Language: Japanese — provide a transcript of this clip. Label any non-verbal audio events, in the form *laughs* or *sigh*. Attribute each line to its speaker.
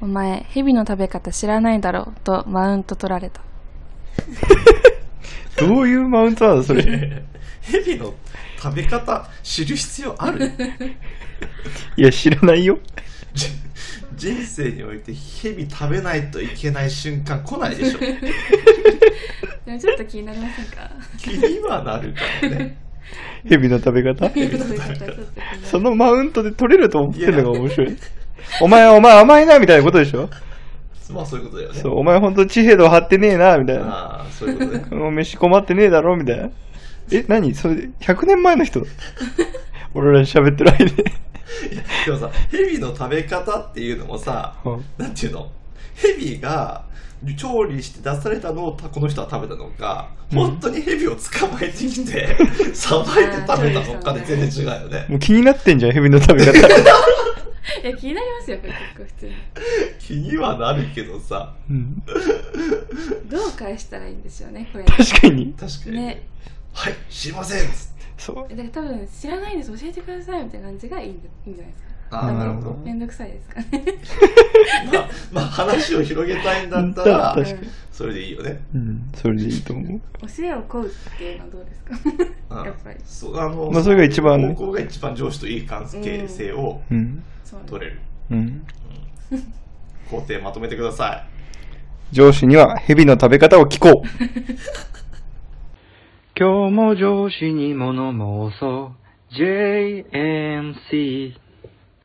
Speaker 1: お前、蛇の食べ方知らないだろうとマウント取られた。
Speaker 2: どういうマウントなのそれ。
Speaker 3: 蛇の食べ方知る必要ある *laughs*
Speaker 2: いや、知らないよ。
Speaker 3: じ人生において蛇食べないといけない瞬間来ないでしょ
Speaker 1: でもちょっと気になりませんか
Speaker 3: 気にはなるからね
Speaker 2: 蛇の食べ方
Speaker 1: 蛇の食べ方ちょっと気になる *laughs*
Speaker 2: そのマウントで取れると思ってんのが面白い。お前、お前甘いな、みたいなことでしょ
Speaker 3: まあそういうことだよね
Speaker 2: そう、お前ほんと地平道張ってねえな、みたいな。
Speaker 3: ああそういうことね
Speaker 2: もう飯困ってねえだろ、みたいな。え、何それ、100年前の *laughs* 人俺ら喋ってる間に。
Speaker 3: いやでもさ蛇の食べ方っていうのもさ
Speaker 2: うん
Speaker 3: なんていうの蛇が調理して出されたのをこの人は食べたのか、本当に蛇を捕まえてきてさばいて食べたのかで全然違うよね
Speaker 2: もう気になってんじゃん、蛇の食べ方。
Speaker 1: いや、気になりますよ、これ結構普通に。
Speaker 3: 気にはなるけどさ
Speaker 2: うん
Speaker 1: どう返したらいいんですよね、これ。
Speaker 2: 確かに。
Speaker 3: 確かに、
Speaker 1: ね。
Speaker 3: はい知りませんっつって
Speaker 2: そう。
Speaker 1: だから多分、知らないんです、教えてくださいみたいな感じがいいんじゃいいんじゃないですか。
Speaker 3: ああなるほど、
Speaker 2: うん
Speaker 1: めんどくさいですかね。
Speaker 3: まあ、まあ話を広げたいんだった
Speaker 2: だ
Speaker 3: ら
Speaker 2: 確かに
Speaker 3: それでいいよね
Speaker 2: うん、それでいいと思う。
Speaker 1: 教えを請うっていうのはどうですか *laughs*
Speaker 3: うん
Speaker 1: やっぱり
Speaker 3: そうあの、
Speaker 2: まあそれが一番ね
Speaker 3: 高校が一番上司といい関係性を
Speaker 2: うん。
Speaker 1: そうなんです
Speaker 3: 取れる
Speaker 2: うん。
Speaker 3: 工程まとめてくださ
Speaker 2: 上司には蛇の食べ方を聞こう。今日も上司に物申そう。JMC。